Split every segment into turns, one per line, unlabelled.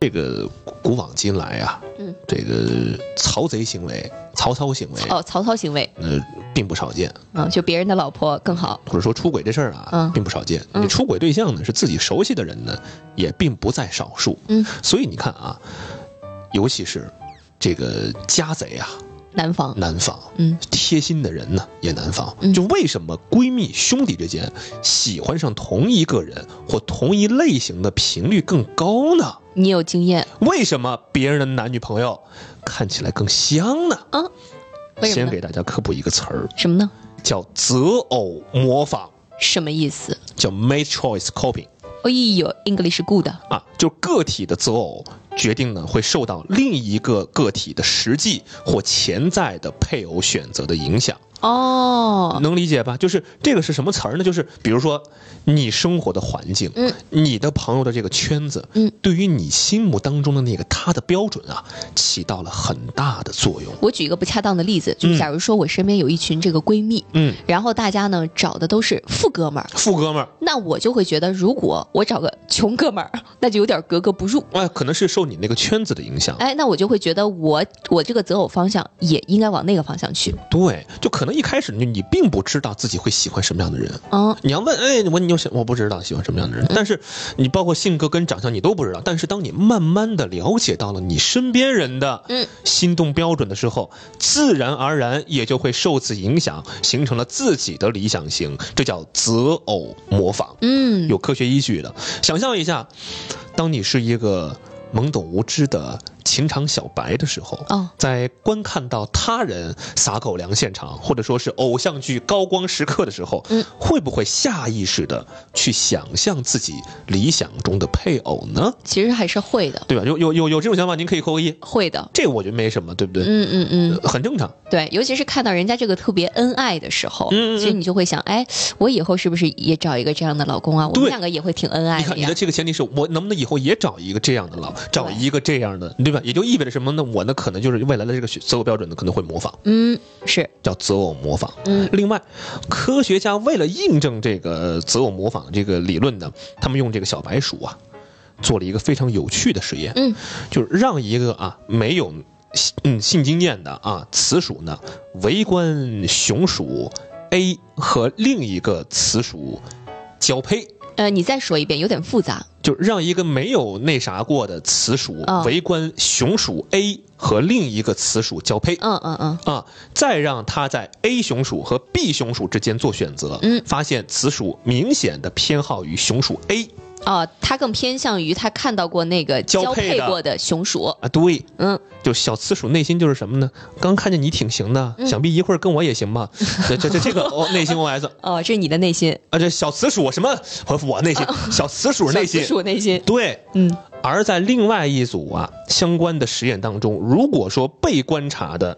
这个古往今来啊，
嗯，
这个曹贼行为、曹操行为，
哦，曹操行为，
呃，并不少见，
嗯，就别人的老婆更好。
或者说出轨这事儿啊，
嗯
并不少见。
嗯
你出轨对象呢是自己熟悉的人呢，也并不在少数。
嗯，
所以你看啊，尤其是这个家贼啊，
南方，
难防。
嗯
贴心的人呢也难防。
嗯
就为什么闺蜜兄弟之间喜欢上同一个人或同一类型的频率更高呢？
你有经验，
为什么别人的男女朋友看起来更香呢？
嗯为什
先
么呢？
给大家科普一个词儿，
什么呢？
叫择偶模仿，
什么意思？
叫 mate choice copying
哎呦，English good，
啊，就个体的择偶决定呢会受到另一个个体的实际或潜在的配偶选择的影响。
哦，
能理解吧？就是这个是什么词儿呢？就是比如说你生活的环境，
嗯，
你的朋友的这个圈子，
嗯，
对于你心目当中的那个他的标准啊，起到了很大的作用。
我举一个不恰当的例子，就是假如说我身边有一群这个闺蜜，
嗯，
然后大家呢找的都是富哥们儿，
富哥们儿，
那我就会觉得，如果我找个穷哥们儿， 那就有点格格不入。
哎，可能是受你那个圈子的影响，
哎，那我就会觉得我我这个择偶方向也应该往那个方向去。
对，就可能一开始你你并不知道自己会喜欢什么样的人。
嗯，
你要问，哎，我你有想我不知道喜欢什么样的人，但是你包括性格跟长相你都不知道，但是当你慢慢的了解到了你身边人的
嗯
心动标准的时候，自然而然也就会受此影响，形成了自己的理想型，这叫择偶模仿，
嗯，
有科学依据的。想象一下，当你是一个懵懂无知的情场小白的时候，
哦，
在观看到他人撒狗粮现场，或者说是偶像剧高光时刻的时候，
嗯
会不会下意识的去想象自己理想中的配偶呢？
其实还是会的，
对吧？有有有有这种想法，您可以扣一，
会的。
这我觉得没什么，对不对？
嗯嗯嗯，
呃很正常。
对，尤其是看到人家这个特别恩爱的时候，
嗯嗯嗯
其实你就会想，哎，我以后是不是也找一个这样的老公啊？我们
对
两个也会挺恩爱
你
的
看，你
呀
的。这个前提是我能不能以后也找一个这样的老，找一个这样的，对吧？也就意味着什么呢？我呢，可能就是未来的这个学择偶标准呢，可能会模仿，
嗯，是，
叫择偶模仿。
嗯
另外，科学家为了印证这个择偶模仿这个理论呢，他们用这个小白鼠啊，做了一个非常有趣的实验，
嗯，
就是让一个啊没有性嗯性经验的啊雌鼠呢围观雄鼠 A 和另一个雌鼠交配。
呃，你再说一遍，有点复杂。
就让一个没有那啥过的雌鼠
啊
围观雄鼠 A 和另一个雌鼠交配，
嗯嗯嗯，
啊，再让它在 A 雄鼠和 B 雄鼠之间做选择，
嗯
发现雌鼠明显的偏好于雄鼠 A
哦，他更偏向于他看到过那个
交
交
配
配
的
过的雄鼠。
啊，对，
嗯，
就小雌鼠内心就是什么呢？刚看见你挺行的，
嗯
想必一会儿跟我也行 吧？这这这这个哦，内心 OS
哦，这是你的内心，
啊，这小雌鼠什么？我我内心小雌鼠内心
哦小私鼠内心。
对，
嗯
而在另外一组啊相关的实验当中，如果说被观察的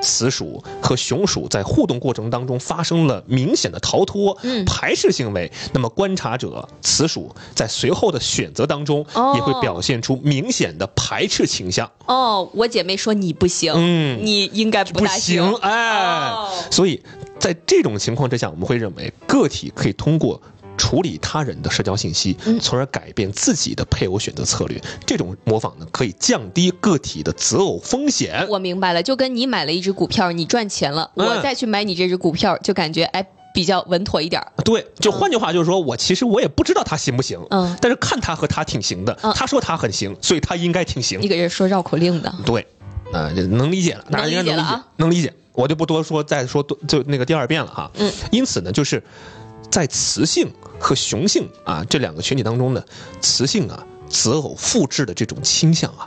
雌鼠和雄鼠在互动过程当中发生了明显的逃脱、
嗯
排斥行为，那么观察者雌鼠在随后的选择当中
哦
也会表现出明显的排斥倾向。
哦，我姐妹说你不行，
嗯
你应该不
不
大
行，哎，
哦
所以在这种情况之下，我们会认为个体可以通过。处理他人的社交信息，
嗯
从而改变自己的配偶选择策略。这种模仿呢，可以降低个体的择偶风险。
我明白了，就跟你买了一只股票，你赚钱了，
嗯
我再去买你这只股票，就感觉哎比较稳妥一点儿。
对，就换句话就是说，我其实我也不知道他行不行，
嗯
但是看他和他挺行的，
嗯
他说他很行，所以他应该挺行
你。给这说绕口令的，
对，啊、这能理解了，大家应该能
能理解
理解
了啊，
能理解。我就不多说，再说多就那个第二遍了哈。
嗯，
因此呢，就是在雌性和雄性啊这两个群体当中呢，雌性啊择偶复制的这种倾向啊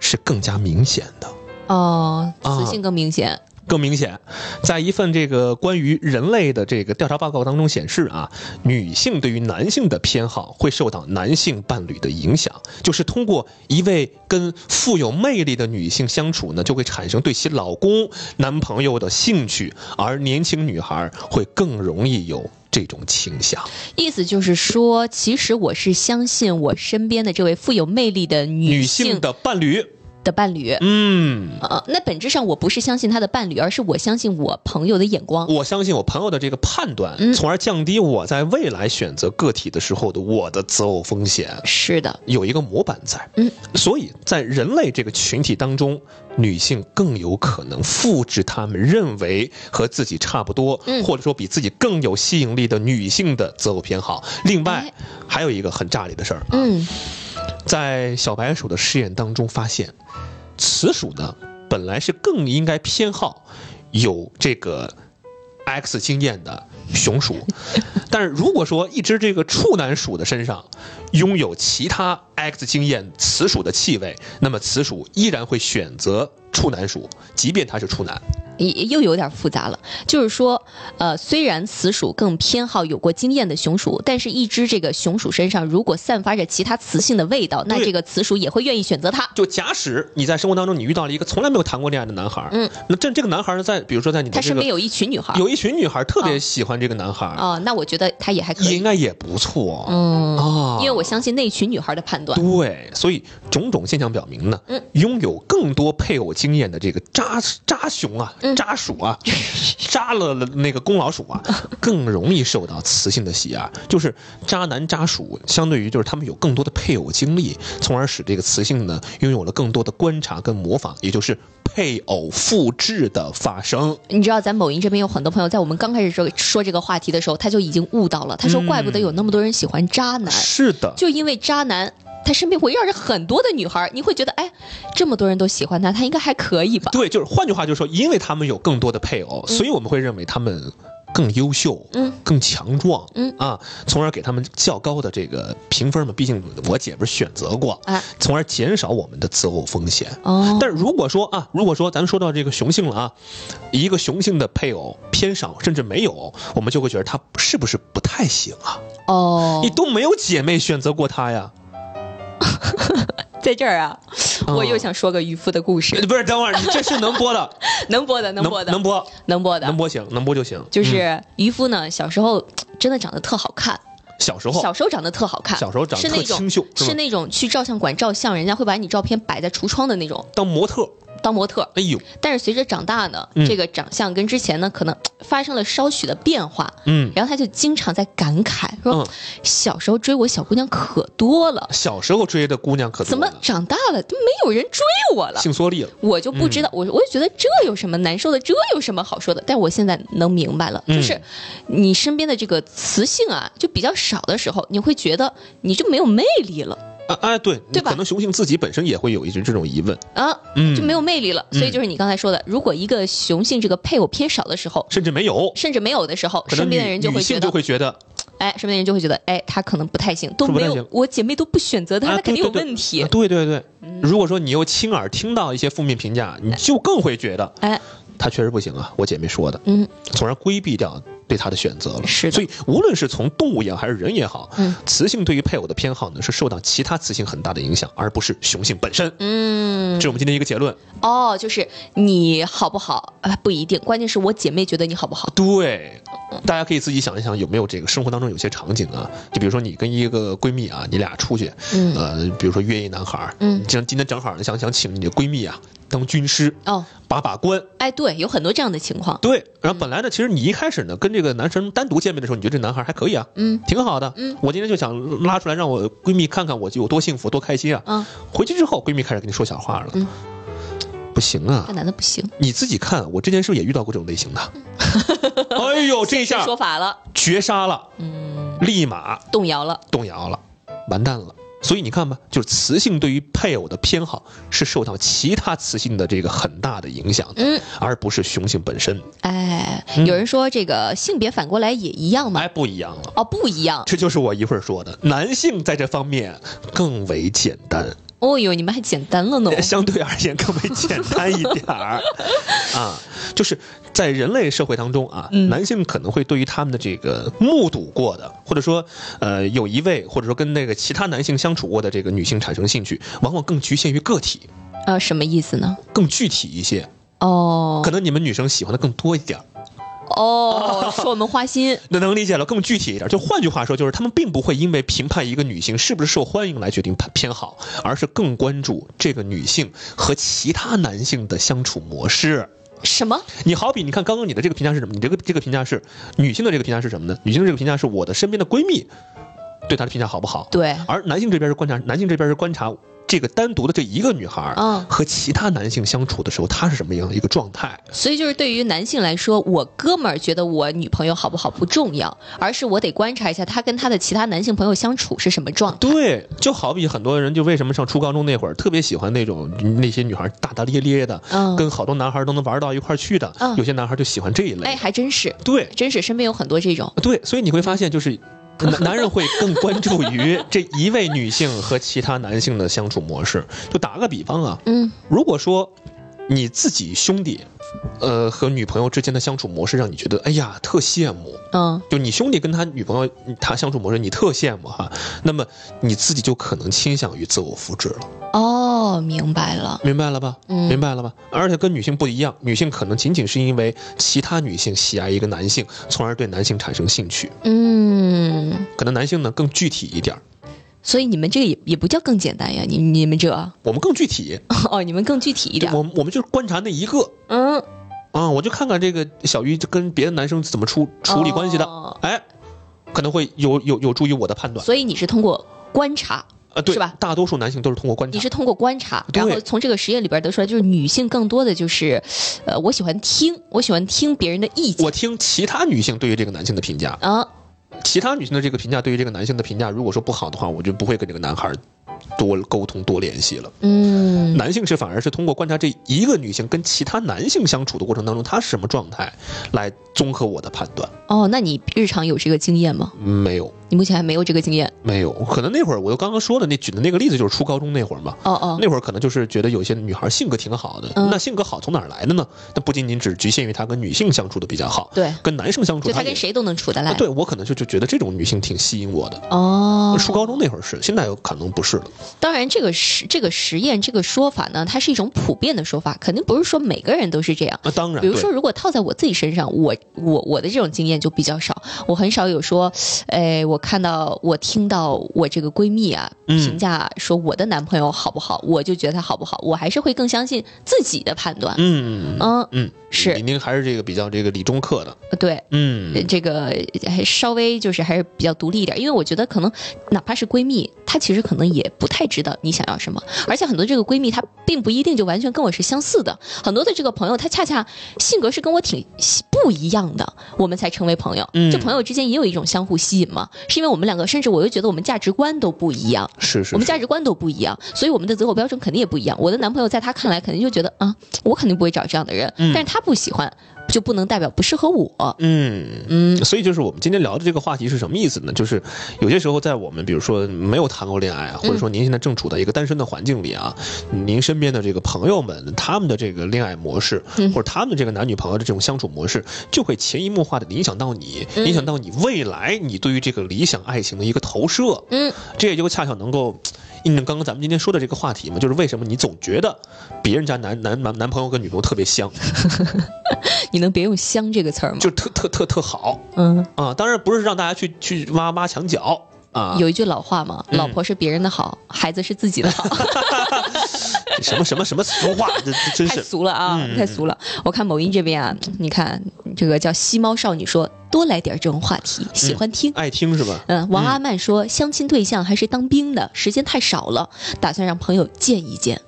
是更加明显的。
哦，
啊
雌性更明显，
更明显，在一份这个关于人类的这个调查报告当中显示啊，女性对于男性的偏好会受到男性伴侣的影响，就是通过一位跟富有魅力的女性相处呢，就会产生对其老公、男朋友的兴趣，而年轻女孩会更容易有这种倾向。
意思就是说，其实我是相信我身边的这位富有魅力的
女
女
性
性
的伴侣，
的伴侣。
嗯。
呃，那本质上我不是相信他的伴侣，而是我相信我朋友的眼光。
我相信我朋友的这个判断，
嗯
从而降低我在未来选择个体的时候的我的择偶风险。
是的，
有一个模板在，
嗯，
所以在人类这个群体当中，女性更有可能复制他们认为和自己差不多，
嗯
或者说比自己更有吸引力的女性的择偶偏好。另外
哎，
还有一个很炸裂的事儿啊，
嗯，
在小白鼠的试验当中发现，雌鼠呢本来是更应该偏好有这个 X 经验的雄鼠，但是如果说一只这个处男鼠的身上拥有其他 X 经验雌鼠的气味，那么雌鼠依然会选择处男鼠，即便它是处男。
也又有点复杂了。就是说，呃，虽然雌鼠更偏好有过经验的雄鼠，但是一只这个雄鼠身上如果散发着其他雌性的味道，那
对
这个雌鼠也会愿意选择它。
就假使你在生活当中你遇到了一个从来没有谈过恋爱的男孩，
嗯，
那这这个男孩呢，在比如说在你
它
的这
身边
个
有一群女孩。
有一群女孩特别
啊
喜欢这个男孩，
啊、那我觉得它也还可
应
以。
该也不错。
嗯，
啊，
因为我相信那群女孩的判断。
对，所以种种现象表明呢，
嗯
拥有更多配偶经验的这个渣渣熊啊、
嗯
渣鼠啊、 渣了的那个公老鼠 啊，更容易受到雌性的喜爱。就是渣男渣鼠，相对于就是他们有更多的配偶经历，从而使这个雌性呢拥有了更多的观察跟模仿，也就是配偶复制的发生。
你知道，咱某音这边有很多朋友，在我们刚开始说说这个话题的时候，他就已经悟到了。他
嗯
说，怪不得有那么多人喜欢渣男，
是的，
就因为渣男，他身边围绕着很多的女孩，你会觉得，哎，这么多人都喜欢他，他应该还可以吧？
对，就是换句话就是说，因为他们有更多的配偶，所以我们会认为他们更优秀，
嗯，
更强壮，
嗯
啊，从而给他们较高的这个评分嘛。毕竟我姐不是选择过，
哎，
从而减少我们的择偶风险。
哦，
但如果说啊，如果说咱们说到这个雄性了啊，一个雄性的配偶偏少甚至没有，我们就会觉得他是不是不太行啊？
哦
你，都没有姐妹选择过他 呀？
在这儿啊，
啊
我又想说个渔夫的故
呃
事，
不是，等会儿你这是能播的，
能播 的，能播的，
能播，
能播的
能，播嗯行，能播就行。
就是渔夫呢，小时候真的长得特好看，
嗯小时候，
小时候长得特好看，
小时候长得
是
特
那种
清秀，
是
吧
那种去照相馆照相，人家会把你照片摆在橱窗的那种
当模特，
当模特。
哎呦，
但是随着长大呢，
嗯
这个长相跟之前呢可能发生了稍许的变化，
嗯，
然后他就经常在感慨说，
嗯
小时候追我小姑娘可多了，
小时候追的姑娘可多
怎么
了
长大了都没有人追我了？
性缩力了？
我就不知道，
嗯
我我就觉得这有什么难受的，这有什么好说的？但我现在能明白了，
嗯
就是你身边的这个雌性啊，就比较少的时候，你会觉得你就没有魅力了
啊哎，对，
对吧
可能雄性自己本身也会有一直这种疑问，
啊，
嗯，
就没有，魅力了。所以
嗯
就是你刚才说的，如果一个雄性这个配偶偏少的时候，
甚至没有，
甚至没有的时候，
可能
身边的
女
人就会
女
觉
性
得
就，会觉得
哎，身边的人就会觉得，哎，他可能不太行，都
是不
没
太
有
行，
我姐妹都不选择他，
啊
他肯定有
对对对
问题嗯
啊。对对对。如果说你又亲耳听到一些负面评价，你就更会觉得
哎，
她确实不行啊，我姐妹说的，
嗯，
从而规避掉对她的选择了。
是的
所以无论是从动物也好还是人也好，
嗯
雌性对于配偶的偏好呢是受到其他雌性很大的影响，而不是雄性本身。
嗯
这，是我们今天一个结论。
哦，就是你好不好啊？不一定，关键是我姐妹觉得你好不好。
对，大家可以自己想一想，有没有这个生活当中有些场景啊？就比如说你跟一个闺蜜啊，你俩出去，
嗯
呃，比如说约一男孩儿，
嗯
今今天正好呢想想请你的闺蜜啊当军师，
哦，
把把关。
哎，对，有很多这样的情况。
对，然后本来呢，其实你一开始呢跟这个男生单独见面的时候，你觉得这男孩还可以啊，
嗯
挺好的，
嗯，
我今天就想拉出来让我闺蜜看看我有多幸福多开心啊。
啊，
回去之后，闺蜜开始跟你说小话了，
嗯
不行啊
这，男的不行，
你自己看，我之前是不是也遇到过这种类型 的？哎呦，这一下
现身说法了，
绝杀了。
嗯，
立马
动摇了。
动摇了，完蛋了。所以你看吧，就是雌性对于配偶的偏好是受到其他雌性的这个很大的影响的，
嗯，
而不是雄性本身。
哎，
嗯
有人说这个性别反过来也一样吗？
哎，不一样了，
哦，不一样。
这就是我一会儿说的，男性在这方面更为简单，
哦哟，你们还简单了 呢。
相对而言更为简单一点 儿啊，就是在人类社会当中啊，
嗯
男性可能会对于他们的这个目睹过的，或者说呃有一位，或者说跟那个其他男性相处过的这个女性产生兴趣，往往更局限于个体，
啊，什么意思呢？
更具体一些，
哦
可能你们女生喜欢的更多一点儿。
哦，说我们花心。
那能理解了，更具体一点。就换句话说，就是他们并不会因为评判一个女性是不是受欢迎来决定偏好，而是更关注这个女性和其他男性的相处模式。
什么？
你好比你看刚刚你的这个评价是什么？你这个这个评价是女性的这个评价是什么呢？女性的这个评价是我的身边的闺蜜对她的评价好不好？
对，
而男性这边是观察，男性这边是观察这个单独的这一个女孩儿
嗯，
和其他男性相处的时候，她是什么样的一个状态？
所以就是对于男性来说，我哥们儿觉得我女朋友好不好不重要，而是我得观察一下他跟他的其他男性朋友相处是什么状态。
对，就好比很多人就为什么上初高中那会儿特别喜欢那种那些女孩大大咧咧的，
嗯，
跟好多男孩都能玩到一块儿去的，
嗯
有些男孩就喜欢这一类。
哎，还真是，
对，
真是身边有很多这种。
对，所以你会发现，就是男男人会更关注于这一位女性和其他男性的相处模式。就打个比方啊，
嗯
如果说你自己兄弟，呃，和女朋友之间的相处模式让你觉得，哎呀，特羡慕。
嗯，
就你兄弟跟他女朋友他相处模式，你特羡慕哈，那么你自己就可能倾向于自我复制了，
哦，明白了。
明白了吧？
嗯
明白了吧？而且跟女性不一样，女性可能仅仅是因为其他女性喜爱一个男性，从而对男性产生兴趣。
嗯，
可能男性呢更具体一点儿，
所以你们这个也也不叫更简单呀，你你们这
我们更具体，
哦，你们更具体一点
我。们我们就是观察那一个
嗯，
啊、我就看看这个小鱼就跟别的男生怎么处处理关系的，
哦
哎，可能会有有有助于我的判断
所以你是通过观察，
啊，对
是吧？
大多数男性都是通过观察
你，是通过观察，
对
然后从这个实验里边得出来，就是女性更多的就是，呃，我喜欢听，我喜欢听别人的意见
我听其他女性对于这个男性的评价，
啊。
其他女性的这个评价对于这个男性的评价，如果说不好的话，我就不会跟这个男孩多沟通多联系了。
嗯，
男性是反而是通过观察这一个女性跟其他男性相处的过程当中，她是什么状态，来综合我的判断。
哦，那你日常有这个经验吗？
没有，
你目前还没有这个经验。
没有，可能那会儿我就刚刚说的那举的那个例子就是初高中那会儿嘛。
哦哦，
那会儿可能就是觉得有些女孩性格挺好的，
嗯
那性格好从哪儿来的呢？那不仅仅只局限于她跟女性相处的比较好，
对，
跟男生相处
就
她
他
也
跟谁都能处得来。
啊对我可能就就觉得这种女性挺吸引我的。
哦，
初高中那会儿是，现在有可能不是了。
当然，这个实这个实验这个说法呢，它是一种普遍的说法，肯定不是说每个人都是这样。
那啊当然，
比如说，
对
如果套在我自己身上，我我我的这种经验就比较少，我很少有说，哎，我看到我听到我这个闺蜜啊、
嗯
评价说我的男朋友好不好，我就觉得他好不好，我还是会更相信自己的判断。
嗯
嗯，
嗯，
是
您您还是这个比较这个理中客的，
对，
嗯
呃这个还稍微就是还是比较独立一点，因为我觉得可能哪怕是闺蜜，她其实可能也不太知道你想要什么，而且很多这个闺蜜她并不一定就完全跟我是相似的，很多的这个朋友她恰恰性格是跟我挺不一样的，我们才成为朋友。
嗯
这朋友之间也有一种相互吸引嘛，是因为我们两个，甚至我又觉得我们价值观都不一样，
是是
我们
是
价值观都不一样，所以我们的择偶标准肯定也不一样。我的男朋友在他看来肯定就觉得啊，我肯定不会找这样的人，
嗯
但是他不喜欢，就不能代表不适合我。
嗯。
嗯，
所以就是我们今天聊的这个话题是什么意思呢？就是有些时候在我们比如说没有谈过恋爱啊，
嗯
或者说您现在正处在一个单身的环境里啊，您身边的这个朋友们他们的这个恋爱模式，
嗯
或者他们这个男女朋友的这种相处模式，就会潜移默化的影响到你，
嗯
影响到你未来你对于这个理想爱情的一个投射。
嗯，
这也就恰巧能够。印证刚刚咱们今天说的这个话题嘛，就是为什么你总觉得别人家男男男男朋友跟女朋友特别香，
你能别用“香”这个词儿吗？
就特特特特好，
嗯，
啊，当然不是让大家去去挖挖墙角啊，
有一句老话嘛，
嗯
老婆是别人的好，孩子是自己的好，
什么什么什么俗话，这这 真
太
是
俗了啊，
嗯
太俗了。我看某音这边啊，你看这个叫吸猫少女说，多来点这种话题，喜欢听。
爱听是吧？
嗯，王阿曼说，相亲对象还是当兵的，时间太少了，打算让朋友见一见。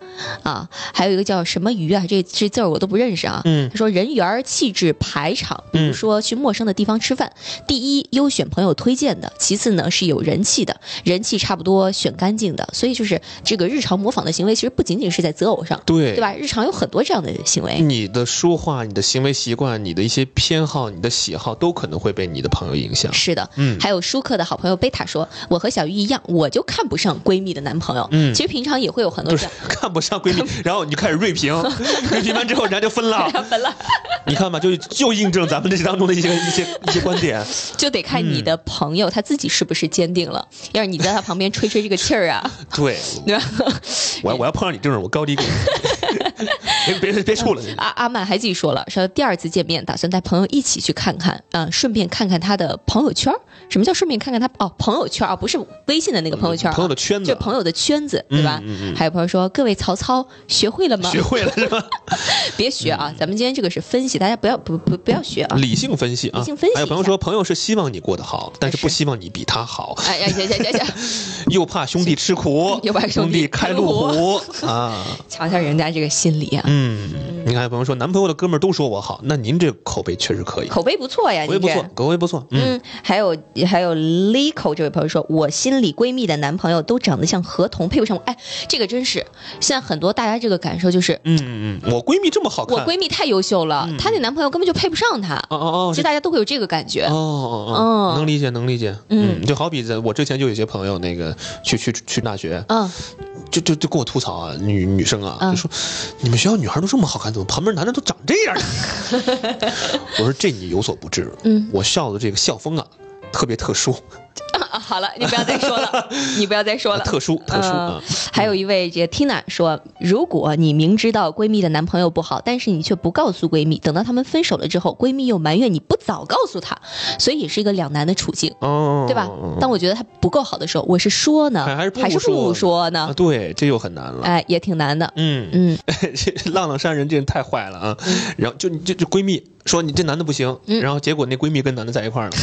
啊，还有一个叫什么鱼啊，这这字儿我都不认识啊。
嗯
他说人缘儿、气质、排场，比如
嗯
说去陌生的地方吃饭，第一优选朋友推荐的，其次呢是有人气的，人气差不多选干净的。所以就是这个日常模仿的行为，其实不仅仅是在择偶上，
对
对吧？日常有很多这样的行为。
你的说话、你的行为习惯、你的一些偏好、你的喜好，都可能会被你的朋友影响。
是的，
嗯
还有舒克的好朋友贝塔说，我和小鱼一样，我就看不上闺蜜的男朋友。
嗯
其实平常也会有很多
就
这
是
样。
看不上闺蜜， 然后你就开始锐评， 锐评完之后人家就分了。
本来
啊你看吧，就就印证咱们这当中的一些 一些一些观点。
就得看你
嗯
的朋友他自己是不是坚定了，要是你在他旁边吹吹这个气儿啊，
对，
对吧？
我 要我要碰上你这种人，我高低给你。别别别处了，
阿阿曼还自己说了，说第二次见面打算带朋友一起去看看，啊、顺便看看他的朋友圈儿。什么叫顺便看看他？哦，朋友圈儿啊，不是微信的那个朋友圈儿啊、
朋友的圈子
就，朋友的圈子，对吧？
嗯嗯嗯
还有朋友说，各位曹操学会了吗？
学会嗯了是吧？
别学啊，咱们今天这个是分析，大家不要不不不要学啊。
理性分析啊，
理性分析一下
还有朋友说，朋友是希望你过得好，但是不
是
希望你比他好，
哎呀，行行行行，
又怕兄弟吃苦，
又怕兄弟
弟开路虎啊。
瞧瞧人家这个心理啊，
嗯，你看，有朋友说，男朋友的哥们儿都说我好，那您这口碑确实可以，
口碑不错呀，
嗯口碑不
您这
错，口碑不错。嗯，
嗯，还有还有 Lico 这位朋友说，我心里闺蜜的男朋友都长得像合同，配不上我。哎，这个真是现在很多大家这个感受就是，
嗯嗯嗯，我闺蜜这么好看，
我闺蜜太优秀了，她那男朋友根本就配不上她。
哦哦哦，
其实大家都会有这个感觉。
哦哦
嗯
哦，能理解能理解。
嗯
嗯，就好比在我之前就有些朋友那个去去去大学，
嗯，
就就就跟我吐槽啊，女女生啊，
嗯
就说你们学校女孩都这么好看，怎么旁边男的都长这样？ 我说这你有所不知，
嗯，
我校的这个校风啊。特别特殊，
啊好了，你不要再说 了，你不要再说了。
呃特殊，特殊
嗯
啊！
还有一位这 Tina 说，如果你明知道闺蜜的男朋友不好，但是你却不告诉闺蜜，等到他们分手了之后，闺蜜又埋怨你不早告诉她，所以也是一个两难的处境。
哦，
对吧？当我觉得他不够好的时候，我是说呢，
还还是不
还是不
说
说
啊，
呢？
对，这又很难了。
哎，也挺难的。
嗯，
嗯，
这浪浪山人这人太坏了啊！ 然后就就就闺蜜说你这男的不行，
嗯
然后结果那闺蜜跟男的在一块儿 了，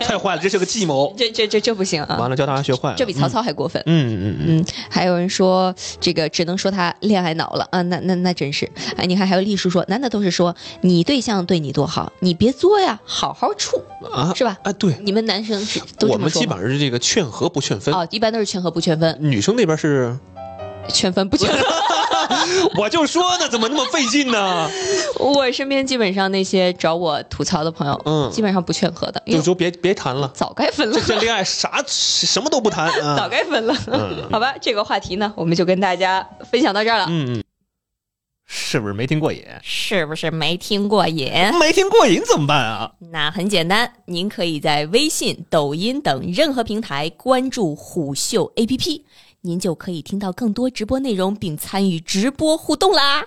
太坏了，这是个计谋。
这这这这不行啊
完，了教大家学坏了，
这比曹操还过分。
嗯嗯嗯
嗯，还有人说这个只能说他恋爱脑了啊，那那那真是哎，你看还有丽叔说，男的都是说你对象对你多好，你别作呀，好好处，
嗯啊
是吧？
啊，对，
你们男生是都
我
这么
们
说
基
吗？
本上是这个劝和不劝分，
哦，一般都是劝和不劝分，
女生那边是，
劝分不劝分。
我就说呢，怎么那么费劲呢？
我身边基本上那些找我吐槽的朋友，
嗯
基本上不劝和的，因
就
为
说别别谈 了，
早该分了。
这恋爱啥什么都不谈
早
啊。
该分了。
嗯
好吧，这个话题呢，我们就跟大家分享到这儿了。
嗯嗯，是不是没听过瘾？
是不是没听过瘾？
没听过瘾怎么办啊？
那很简单，您可以在微信、抖音等任何平台关注虎嗅 APP，您就可以听到更多直播内容，并参与直播互动啦。